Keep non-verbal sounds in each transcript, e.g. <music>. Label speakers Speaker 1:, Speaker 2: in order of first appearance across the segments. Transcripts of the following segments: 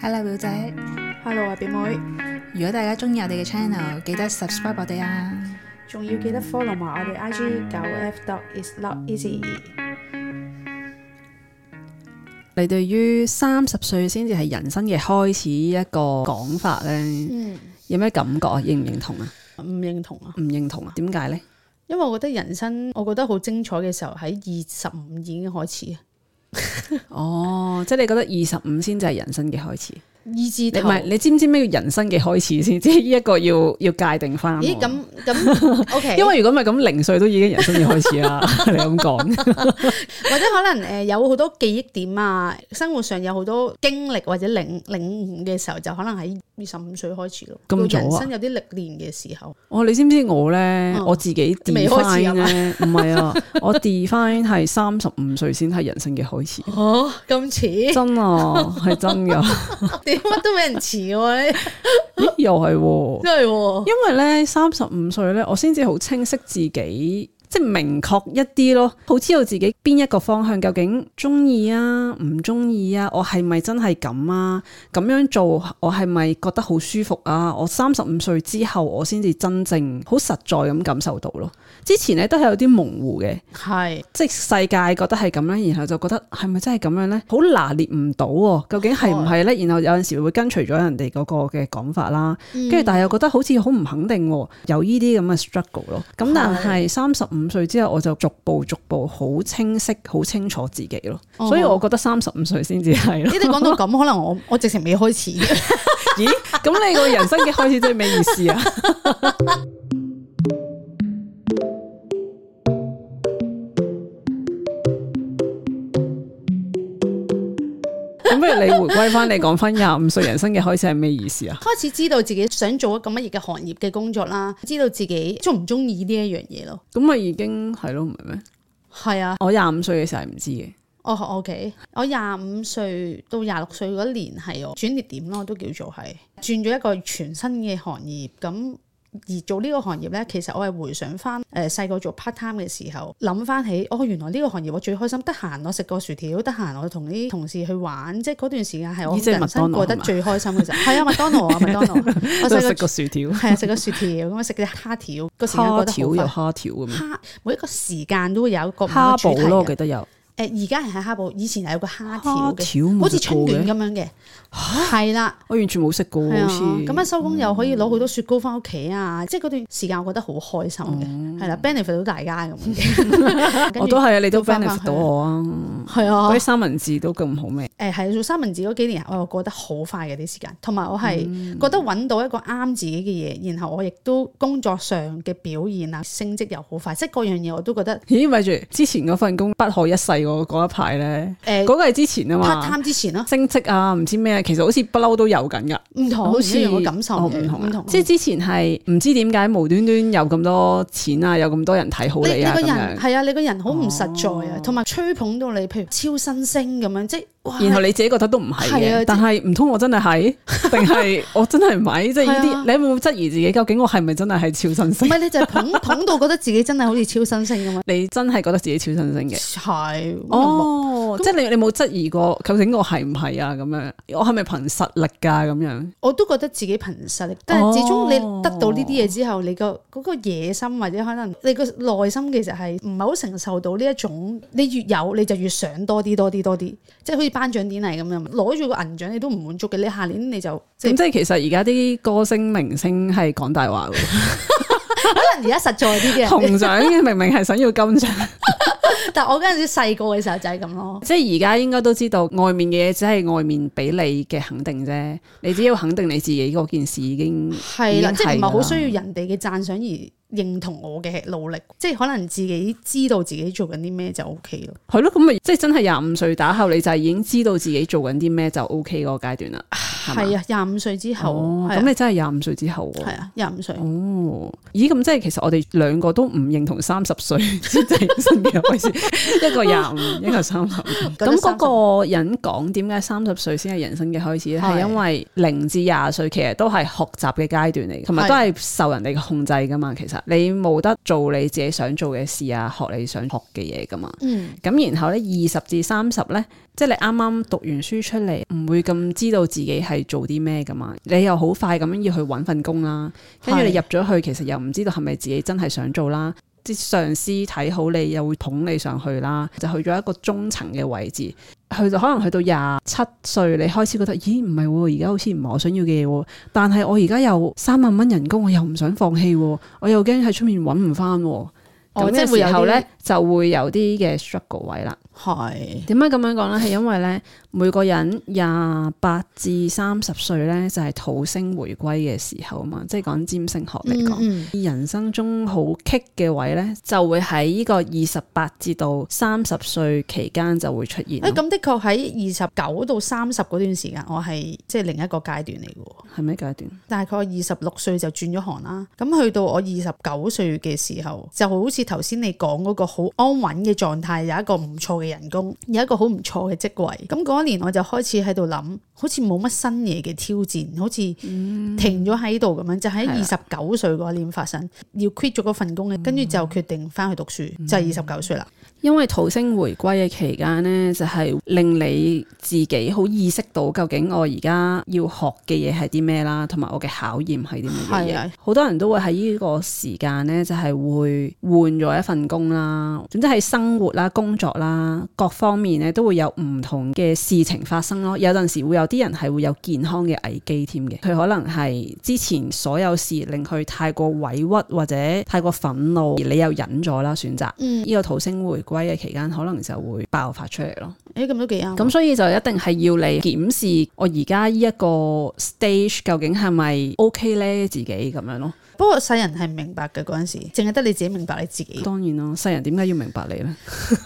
Speaker 1: Hello 表姐，
Speaker 2: Hello 啊，表妹，
Speaker 1: 如果大家中意我哋嘅 channel，記得 subscribe 我哋啊！
Speaker 2: 仲要記得 follow 埋我哋 IG 九 F dot is not easy。
Speaker 3: 你對於三十歲先至係人生嘅開始一個講法呢，
Speaker 2: 嗯，
Speaker 3: 有咩感覺啊？認唔認同啊？
Speaker 2: 唔認同啊，
Speaker 3: 唔認同啊？點解呢？
Speaker 2: 因為我覺得人生，我覺得好精彩嘅時候喺二十五已經開始啊，
Speaker 3: 哦，即係你覺得二十五先至係人生嘅開始？
Speaker 2: 二字
Speaker 3: 你唔
Speaker 2: 頭。
Speaker 3: 係你知唔知咩叫人生嘅開始先？即係呢一個要要界定翻。
Speaker 2: 咦咁咁 <laughs> OK，
Speaker 3: 因為如果唔係咁，零歲都已經人生嘅開始啦。 <laughs> 你咁講，
Speaker 2: 或者可能誒有好多記憶點啊，生活上有好多經歷或者領領悟嘅時候，就可能喺二十五歲開始咯。
Speaker 3: 咁早啊
Speaker 2: 人生有啲歷練嘅時候，
Speaker 3: 哦，你知唔知我呢？
Speaker 2: 嗯
Speaker 3: 我自己
Speaker 2: 你未開始啊
Speaker 3: define <laughs> 咧，唔係啊，我 define 係三十五歲先係人生嘅開始，
Speaker 2: 哦咁似，
Speaker 3: <laughs> 真啊，係真 <laughs> 噶，
Speaker 2: 點乜都俾人似
Speaker 3: <laughs>
Speaker 2: 喎，
Speaker 3: 咦，又係喎。
Speaker 2: 真係喎。
Speaker 3: 因為咧三十五歲咧，我先至好清晰自己，即係明確一啲咯，好知道自己邊一個方向究竟中意啊，唔中意啊，我係咪真係咁啊？咁樣做我係咪覺得好舒服啊？我三十五歲之後，我先至真正好實在咁感受到咯。之前咧都係有啲模糊嘅，
Speaker 2: 係
Speaker 3: 即係世界覺得係咁樣，然後就覺得係咪真係咁樣呢？好拿捏唔到喎，究竟係唔係呢？然後有陣時會跟隨咗人哋嗰個嘅講法啦，跟住但係又覺得好似好唔肯定喎，有呢啲咁嘅 struggle 咯。咁但係三十五歲之後，我就逐步逐步好清晰、好清楚自己咯。
Speaker 2: 哦
Speaker 3: 所以我覺得三十五歲先至係咯。
Speaker 2: 你哋講到咁，可能我我直情未開始嘅。
Speaker 3: 咦？咁你個人生嘅開始真係咩意思啊？咁不如你回歸翻，你講翻廿五歲人生嘅開始係咩意思啊？
Speaker 2: 開始知道自己想做咁乜嘢嘅行業嘅工作啦，知道自己中唔中意呢一樣嘢咯。
Speaker 3: 咁咪已經係咯，唔係咩？
Speaker 2: 係啊，
Speaker 3: 我哦廿五歲嘅時候係唔知嘅，
Speaker 2: 我 OK，我廿五歲到廿六歲嗰年係我轉捩點咯，都叫做係轉咗一個全新嘅行業咁。而做呢個行業呢，其實我係回想翻誒細個做 part time 嘅時候，諗翻起哦，原來呢個行業我最開心，得閒我食個薯條，得閒我同啲同事去玩，即係嗰段時間係我
Speaker 3: 咦即係
Speaker 2: 人生
Speaker 3: 麥當勞
Speaker 2: 過得
Speaker 3: 係嘛
Speaker 2: 最開心嘅時候。係啊，麥當勞啊，麥當勞，我
Speaker 3: 都
Speaker 2: 細
Speaker 3: 食
Speaker 2: 個
Speaker 3: 個薯條，
Speaker 2: 係啊，食個薯條咁啊，食啲蝦條，個時間過
Speaker 3: 蝦
Speaker 2: 得
Speaker 3: 條
Speaker 2: 好
Speaker 3: 又
Speaker 2: 快。
Speaker 3: 蝦條咁樣，
Speaker 2: 蝦每一個時間都會有一個唔同嘅
Speaker 3: 蝦
Speaker 2: 主題
Speaker 3: 堡咯，我
Speaker 2: 嘅。
Speaker 3: 記得有
Speaker 2: 誒，而家係喺蝦堡，以前係有個蝦條
Speaker 3: 蝦
Speaker 2: 嘅，
Speaker 3: 條冇
Speaker 2: 好似
Speaker 3: 食過
Speaker 2: 春卷
Speaker 3: 嘅，
Speaker 2: 咁樣嘅，係啦，
Speaker 3: 我完全冇食過喎，
Speaker 2: 係
Speaker 3: 好
Speaker 2: 啊
Speaker 3: 似。嗯
Speaker 2: 咁啊，收工又可以攞好多雪糕翻屋企啊！即係嗰段時間，我覺得好開心嘅，係啦，benefit 到大家咁嘅。跟
Speaker 3: 我
Speaker 2: 住
Speaker 3: 都係啊，你都
Speaker 2: 都返返
Speaker 3: benefit
Speaker 2: 去
Speaker 3: 到我啊！
Speaker 2: <laughs> 係啊
Speaker 3: 嗰啲，三文治都咁好味，
Speaker 2: 誒係做三文治嗰幾年，我又過得好快嘅啲時間，同埋我係
Speaker 3: 嗯
Speaker 2: 覺得揾到一個啱自己嘅嘢，然後我亦都工作上嘅表現啊，升職又好快，即係各樣嘢我都覺得
Speaker 3: 咦？咪住之前嗰份工不可一世嗰嗰一排咧，
Speaker 2: 誒
Speaker 3: 嗰個係之前啊
Speaker 2: part
Speaker 3: 嘛，
Speaker 2: time 之前咯，
Speaker 3: 升職啊，唔知咩啊，其實好似不嬲都有緊噶，
Speaker 2: 唔同，
Speaker 3: 好
Speaker 2: 好
Speaker 3: 似
Speaker 2: 似我感受
Speaker 3: 哦
Speaker 2: 嘅
Speaker 3: 唔同
Speaker 2: 唔
Speaker 3: 啊
Speaker 2: 同，，
Speaker 3: 即係之前係唔知點解無端端有咁多錢啊，有咁多人睇好
Speaker 2: 你你
Speaker 3: 你啊
Speaker 2: 個
Speaker 3: 咁
Speaker 2: 人
Speaker 3: 樣，哦
Speaker 2: 係啊，你個人好唔實在啊，同埋吹捧到你，譬如超新星咁樣，即係哇，
Speaker 3: 然後你自己覺得都唔係
Speaker 2: 係啊
Speaker 3: 嘅，但係唔通我真係
Speaker 2: <laughs>
Speaker 3: 係，定係我真係唔係？即係呢
Speaker 2: 係啊
Speaker 3: 啲，你有冇質疑自己究竟我係咪真係係超新
Speaker 2: 唔
Speaker 3: 星？
Speaker 2: 係你就係
Speaker 3: <laughs>
Speaker 2: 捧捧到覺得自己真係好似超新星咁樣，
Speaker 3: 你真係覺得自己超新星嘅？ <laughs>
Speaker 2: 係
Speaker 3: 哦，即係你你冇質疑過究竟我係唔係啊？咁樣我係咪憑實力㗎？咁樣
Speaker 2: 我都覺得自己憑實力，但
Speaker 3: 哦
Speaker 2: 係始終你得到呢啲嘢之後，你個嗰個野心或者可能你個內心其實係唔係好承受到呢一種，你越有你就越想多啲多啲多啲，即係好似頒獎典禮咁樣，攞住個銀獎你都唔滿足嘅，你下年你就即
Speaker 3: 咁
Speaker 2: 係
Speaker 3: 即係其實而家啲歌星明星係講大話㗎， <laughs>
Speaker 2: 可能而家實在啲嘅人，
Speaker 3: 紅獎嘅明明係想要金獎，
Speaker 2: 但係我嗰陣時細個嘅時候就係咁咯。
Speaker 3: <laughs> 即係而家應該都知道外面嘅嘢只係外面俾你嘅肯定啫，你只要肯定你自己嗰件事已經
Speaker 2: 係啦，
Speaker 3: 已經
Speaker 2: 即係唔係
Speaker 3: 㗎
Speaker 2: 好
Speaker 3: 啦
Speaker 2: 需要人哋嘅讚賞而認同我嘅努力，即係可能自己知道自己做緊啲咩就 O K 咯。
Speaker 3: 係咯，咁咪即係真係廿五歲打後，你就係已經知道自己做緊啲咩就 O K 嗰個階段啦。係嘛
Speaker 2: 係啊，廿五歲之後，
Speaker 3: 哦，
Speaker 2: 係
Speaker 3: 咁
Speaker 2: 啊
Speaker 3: 你真係廿五歲之後喎。
Speaker 2: 係啊，廿五歲。
Speaker 3: 哦，咦，咁即係其實我哋兩個都唔認同三十歲 <laughs> 先正身嘅開 <laughs> 始，一個廿五，一個三十。咁嗰個人講點解三十歲先係人生嘅開始咧？係
Speaker 2: 係
Speaker 3: 因為零至廿歲其實都係學習嘅階段嚟，同埋都係受人哋嘅控制噶嘛。其實你冇得做你自己想做嘅事啊，學你想學嘅嘢噶嘛。
Speaker 2: 嗯，
Speaker 3: 咁然後咧，二十至三十咧，即係你啱啱讀完書出嚟，唔會咁知道自己係做啲咩噶嘛。你又好快咁樣要去揾份工啦，跟住你入
Speaker 2: 係
Speaker 3: 咗去，其實又唔知道係咪自己真係想做啦。啲上司睇好你，又會捧你上去啦，就去咗一個中層嘅位置。去到可能去到廿七歲，你開始覺得，咦唔係喎，而家好似唔係我想要嘅嘢喎。但係我而家有三萬蚊人工，我又唔想放棄喎，我又驚喺出面揾唔翻喎。咁
Speaker 2: 哦
Speaker 3: 嘅
Speaker 2: 即係會
Speaker 3: 時
Speaker 2: 有
Speaker 3: 候
Speaker 2: 啲
Speaker 3: 咧，就會有啲嘅 struggle 位啦。
Speaker 2: 係
Speaker 3: 點解咁樣講咧？係因為咧，每個人廿八至三十歲咧，就係土星回歸嘅時候啊嘛，即係講占星學嚟講。
Speaker 2: 嗯
Speaker 3: 人生中好棘嘅位咧，就會喺呢個二十八至到三十歲期間就會出現
Speaker 2: 嗯誒
Speaker 3: 咯，
Speaker 2: 咁的確喺二十九到三十嗰段時間，我係即係另一個階段嚟嘅喎。
Speaker 3: 係咩階段？
Speaker 2: 大概二十六歲就轉咗行啦。咁去到我二十九歲嘅時候，就好似頭先你講嗰個好安穩嘅狀態，有一個唔錯嘅人工，有一個好唔錯嘅職位。咁嗰一年我就開始喺度諗，好似冇乜新嘢嘅挑戰，好似停咗喺度咁樣。就喺
Speaker 3: 嗯係啊嗯
Speaker 2: 二
Speaker 3: 啦
Speaker 2: 十九歲嗰年發生，要 quit 咗嗰份工嘅，跟住就決定翻去讀書，
Speaker 3: 嗯
Speaker 2: 就係二十九歲啦。
Speaker 3: 因為土星回歸嘅期間呢，就係、令你自己好意識到究竟我而家要學嘅嘢係啲咩啦，同埋我嘅考驗係啲乜嘢
Speaker 2: 係
Speaker 3: 嘢
Speaker 2: 啊。
Speaker 3: 好多人都會喺呢個時間呢，就係、會換咗一份工啦。總之喺生活啦、工作啦各方面呢，都會有唔同嘅事情發生咯。有陣時會有啲人係會有健康嘅危機添嘅，佢可能係之前所有事令佢太過委屈或者太過憤怒，而你又忍咗啦選擇。
Speaker 2: 嗯，
Speaker 3: 呢個土星回歸嘅期間，可能就會爆發出嚟咯。
Speaker 2: 誒咁都幾啱。
Speaker 3: 嗯咁所以就一定係要你檢視我而家呢一個 stage 究竟係咪 OK 呢？自己咁樣咯。
Speaker 2: 不過世人係唔明白嘅嗰陣時，淨係得你自己明白你自己。
Speaker 3: 當然咯，世人點解要明白你呢？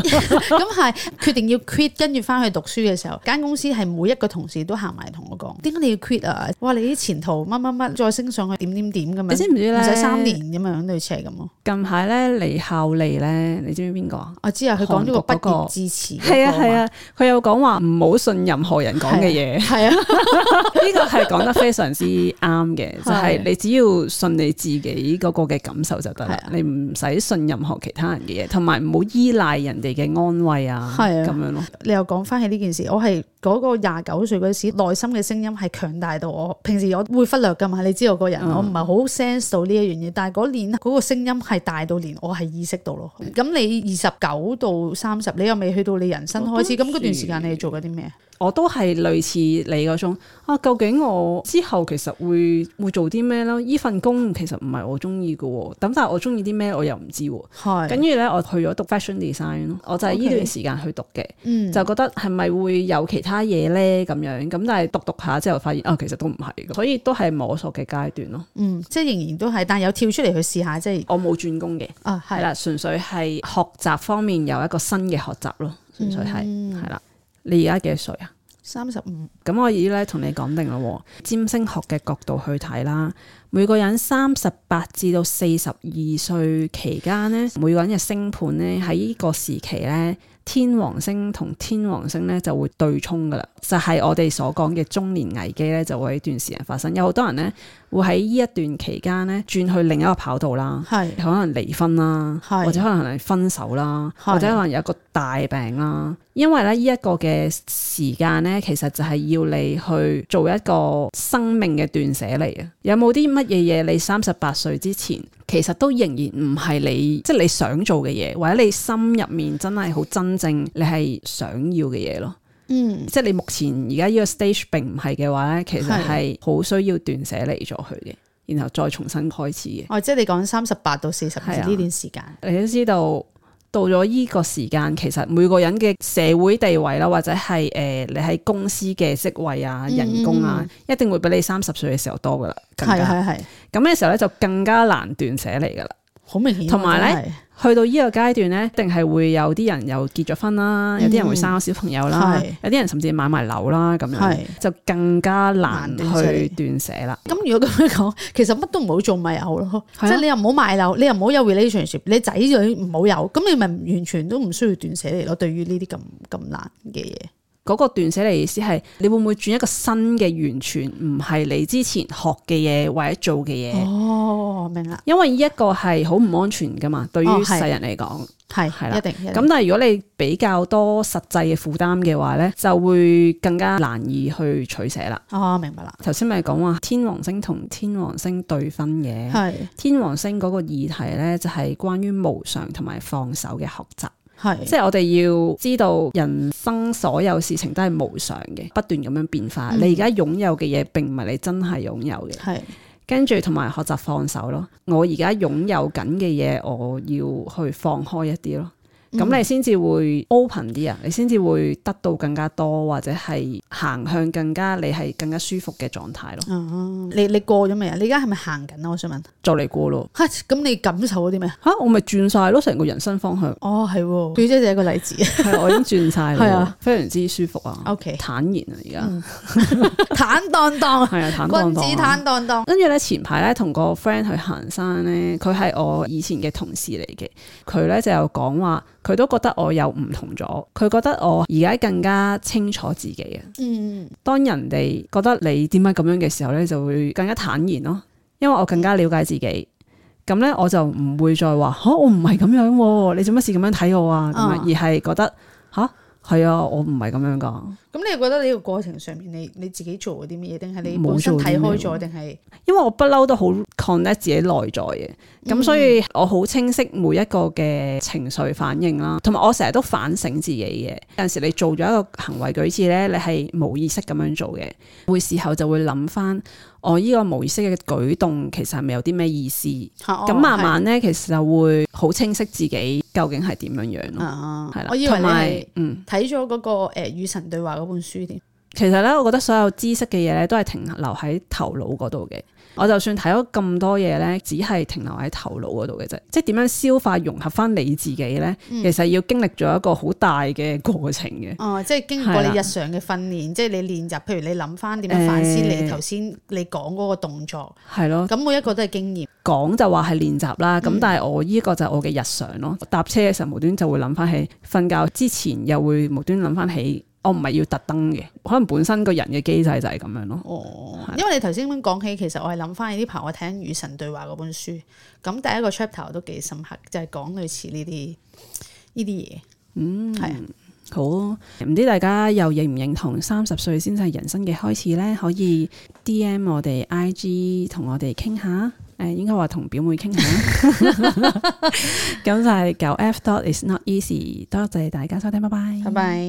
Speaker 2: 咁係決定要 quit，跟住翻去讀書嘅時候，間公司係每一個同事都行埋同我講：點解你要 quit 啊？哇！你啲前途乜乜乜，再升上去點點點咁樣，
Speaker 3: 你知唔知咧
Speaker 2: 唔使三年咁樣，類似係咁咯。
Speaker 3: 近排呢，李孝利呢，你知唔知邊個啊？
Speaker 2: 我知啊，佢講咗個
Speaker 3: 韓國嗰
Speaker 2: 畢
Speaker 3: 個
Speaker 2: 業支持，
Speaker 3: 係啊係，啊，佢有講話唔好信任何人講嘅嘢， <laughs>
Speaker 2: 係啊，
Speaker 3: 呢個係講得非常之啱嘅，就係你只要信你自己嗰個嘅感受就得啦
Speaker 2: 係啊，
Speaker 3: 你唔使信任何其他人嘅嘢，同埋唔好依賴人哋嘅安慰啊，
Speaker 2: 係啊
Speaker 3: 咁樣咯。
Speaker 2: 你又講翻起呢件事，我係嗰個廿九歲嗰時，內心嘅聲音係強大到我平時我會忽略㗎嘛。你知我個
Speaker 3: 嗯
Speaker 2: 人，我唔係好 sense 到呢一樣嘢，但係嗰年嗰個聲音係大到連我係意識到咯。
Speaker 3: 嗯
Speaker 2: 咁你二十九到三十，你又未去到你人生
Speaker 3: 哦
Speaker 2: 開始，咁嗰段時間你係做緊啲咩？
Speaker 3: 我都係類似你嗰種啊，究竟我之後其實會會做啲咩咧？呢份工其實唔係我中意嘅喎，咁但係我中意啲咩我又唔知喎。
Speaker 2: 係，
Speaker 3: 跟住咧，我去咗讀 fashion design 咯，我就係呢
Speaker 2: OK
Speaker 3: 段時間去讀嘅。
Speaker 2: 嗯，
Speaker 3: 就覺得係咪會有其他嘢咧咁樣？咁但係讀讀下之後發現啊，其實都唔係，所以都係摸索嘅階段咯。
Speaker 2: 嗯，即係仍然都係，但有跳出嚟去試下，即係
Speaker 3: 我冇轉工嘅，
Speaker 2: 啊，
Speaker 3: 係
Speaker 2: 係
Speaker 3: 啦，純粹係學習方面有一個新嘅學習咯，純粹係
Speaker 2: 嗯
Speaker 3: 係啦。你而家幾多歲啊？
Speaker 2: 三十五，
Speaker 3: 咁我已咧同你講定咯喎，占星學嘅角度去睇啦，每個人三十八至到四十二歲期間呢，每個人嘅星盤呢，喺呢個時期呢，天王星同天王星呢就會對沖噶啦，就係、我哋所講嘅中年危機呢，就會喺段時間發生。有好多人呢，會喺呢一段期間呢，轉去另一個跑道啦。
Speaker 2: 係
Speaker 3: 可能離婚啦，
Speaker 2: 係
Speaker 3: 或者可能係分手啦，
Speaker 2: 係
Speaker 3: 或者可能有一個大病啦。因為咧呢一個嘅時間咧，其實就係要你去做一個生命嘅斷捨離啊。有冇啲乜嘢嘢你三十八歲之前，其實都仍然唔係你即係你想做嘅嘢，或者你心入面真係好真正你係想要嘅嘢咯。
Speaker 2: 嗯，
Speaker 3: 即係你目前而家呢個 stage 並唔係嘅話咧，其實係
Speaker 2: 係
Speaker 3: 好需要斷捨離咗佢嘅，然後再重新開始嘅。
Speaker 2: 哦，即係你講三十八到四十
Speaker 3: 係啊
Speaker 2: 呢段時間，
Speaker 3: 你都知道，到咗依個時間，其實每個人嘅社會地位啦，或者係誒、呃你喺公司嘅職位啊、
Speaker 2: 嗯
Speaker 3: 人工啊，
Speaker 2: 嗯
Speaker 3: 一定會比你三十歲嘅時候多噶啦，更
Speaker 2: 係
Speaker 3: 加。
Speaker 2: 係係，
Speaker 3: 咁嘅時候咧，就更加難斷捨離噶啦。
Speaker 2: 好明顯啊。
Speaker 3: 同埋
Speaker 2: 咧，
Speaker 3: 去到呢個階段咧，一定係會有啲人又結咗婚啦，有啲人會生咗小朋友
Speaker 2: 嗯
Speaker 3: 啦
Speaker 2: 係，
Speaker 3: 有啲人甚至買埋樓啦，咁樣
Speaker 2: 係
Speaker 3: 就更加難
Speaker 2: 難斷捨
Speaker 3: 去
Speaker 2: 離
Speaker 3: 斷捨啦。
Speaker 2: 咁如果咁樣講，其實乜都唔好做咪有咯，
Speaker 3: 係啊
Speaker 2: 即係你又唔好買樓，你又唔好有 relationship，你仔女唔好有，咁你咪完全都唔需要斷捨離咯。對於呢啲咁咁難嘅嘢，
Speaker 3: 嗰個斷捨離意思係，你會唔會轉一個新嘅，完全唔係你之前學嘅嘢或者做嘅嘢？
Speaker 2: 哦，明啦，
Speaker 3: 因為呢一個係好唔安全噶嘛，對
Speaker 2: 哦
Speaker 3: 於
Speaker 2: 係
Speaker 3: 世人嚟講。
Speaker 2: 係
Speaker 3: 係啦
Speaker 2: 一定一定
Speaker 3: 咁但係如果你比較多實際嘅負擔嘅話咧，就會更加難以去取捨啦。
Speaker 2: 哦，明白啦，
Speaker 3: 頭先咪講話天王星同天王星對分嘅，
Speaker 2: 係
Speaker 3: 天王星嗰個議題咧就係關於無常同埋放手嘅學習，
Speaker 2: 係
Speaker 3: 即係我哋要知道人生所有事情都係無常嘅，不斷咁樣變化。你而家擁有嘅嘢並唔係你真係擁有嘅，
Speaker 2: 係
Speaker 3: 跟住同埋學習放手咯。我而家擁有緊嘅嘢，我要去放開一啲咯。
Speaker 2: 嗯
Speaker 3: 咁你先至會 open 啲啊，你先至會得到更加多，或者係行向更加你係更加舒服嘅狀態咯。
Speaker 2: 嗯你你過咗未啊？你而家係咪行緊啊？我想問，
Speaker 3: 就嚟過咯，
Speaker 2: 嚇咁你感受咗啲咩？
Speaker 3: 吓我咪轉晒咯，成個人生方向。
Speaker 2: <laughs> 哦，係喎，佢姐就係一個例
Speaker 3: <laughs>
Speaker 2: 子。
Speaker 3: 係啊我已經轉晒啦，
Speaker 2: 係啊，
Speaker 3: 非常之舒服啊，
Speaker 2: O K，
Speaker 3: 坦然啊，而家
Speaker 2: 坦蕩蕩，
Speaker 3: 係啊， <laughs> 坦蕩
Speaker 2: 君
Speaker 3: 蕩
Speaker 2: 子
Speaker 3: 啊。
Speaker 2: 坦蕩蕩。
Speaker 3: 跟住咧，前排咧同個 friend 去行山咧，佢係我以前嘅同事嚟嘅，佢咧就有講話，佢都覺得我有唔同咗，佢覺得我而家更加清楚自己啊。
Speaker 2: 嗯，
Speaker 3: 當人哋覺得你點解咁樣嘅時候咧，就會更加坦然咯，因為我更加了解自己。咁咧我就唔會再話吓、我唔係咁樣喎、你做乜事咁樣睇我啊？咁樣、
Speaker 2: 啊
Speaker 3: 而係覺得吓係啊，我唔係咁樣噶。
Speaker 2: 咁你又覺得呢個過程上面，你你自己做咗啲乜嘢？定係你
Speaker 3: 冇
Speaker 2: 本身
Speaker 3: 做啲咩
Speaker 2: 睇開
Speaker 3: 喎
Speaker 2: 咗，定係
Speaker 3: 因為我不嬲都好 connect 自己內在嘅，
Speaker 2: 嗯
Speaker 3: 咁所以我好清晰每一個嘅情緒反應啦，同埋我成日都反省自己嘅。有陣時你做咗一個行為舉止咧，你係無意識咁樣做嘅，會事後就會諗翻我哦呢個無意識嘅舉動其實係咪有啲咩意思？咁
Speaker 2: 咁
Speaker 3: 慢慢咧，其實就會好清晰自己究竟係點樣樣咯，
Speaker 2: 啊
Speaker 3: 係啦、
Speaker 2: 我以為
Speaker 3: 同
Speaker 2: 你
Speaker 3: 埋
Speaker 2: 係
Speaker 3: 嗯。
Speaker 2: 睇咗嗰個誒與神對話嗰本書添。
Speaker 3: 其實咧，我覺得所有知識嘅嘢咧，都係停留喺頭腦嗰度嘅。我就算睇咗咁多嘢咧，只係停留喺頭腦嗰度嘅啫。即係點樣消化融合翻你自己咧，其實要經歷咗一個好大嘅過程嘅。
Speaker 2: 哦，即係經過
Speaker 3: 係啦
Speaker 2: 你日常嘅訓練，即係你練習，譬如你諗翻點樣反思
Speaker 3: 誒
Speaker 2: 你頭先你講嗰個動作，
Speaker 3: 係咯，嗯
Speaker 2: 咁每一個都係經驗。
Speaker 3: 講就話係練習啦，咁但係我依個就係我嘅日常咯。搭車嘅時候無端就會諗翻起，瞓覺之前又會無端諗翻起，我唔係要特登嘅，可能本身個人嘅機制就係咁樣咯。
Speaker 2: 哦，因為你頭先咁講起，其實我係諗翻呢排我睇緊《與神對話》嗰本書，咁第一個 chapter 我都幾深刻，就係、講類似呢啲呢啲嘢。嗯，係啊，
Speaker 3: 好，唔知大家又認唔認同三十歲先係人生嘅開始呢？可以 D M 我哋 I G 同我哋傾下，誒、呃、應該話同表妹傾下。 <laughs> 咁就係九 F dot is not easy。多謝大家收聽，拜拜。
Speaker 2: 拜拜。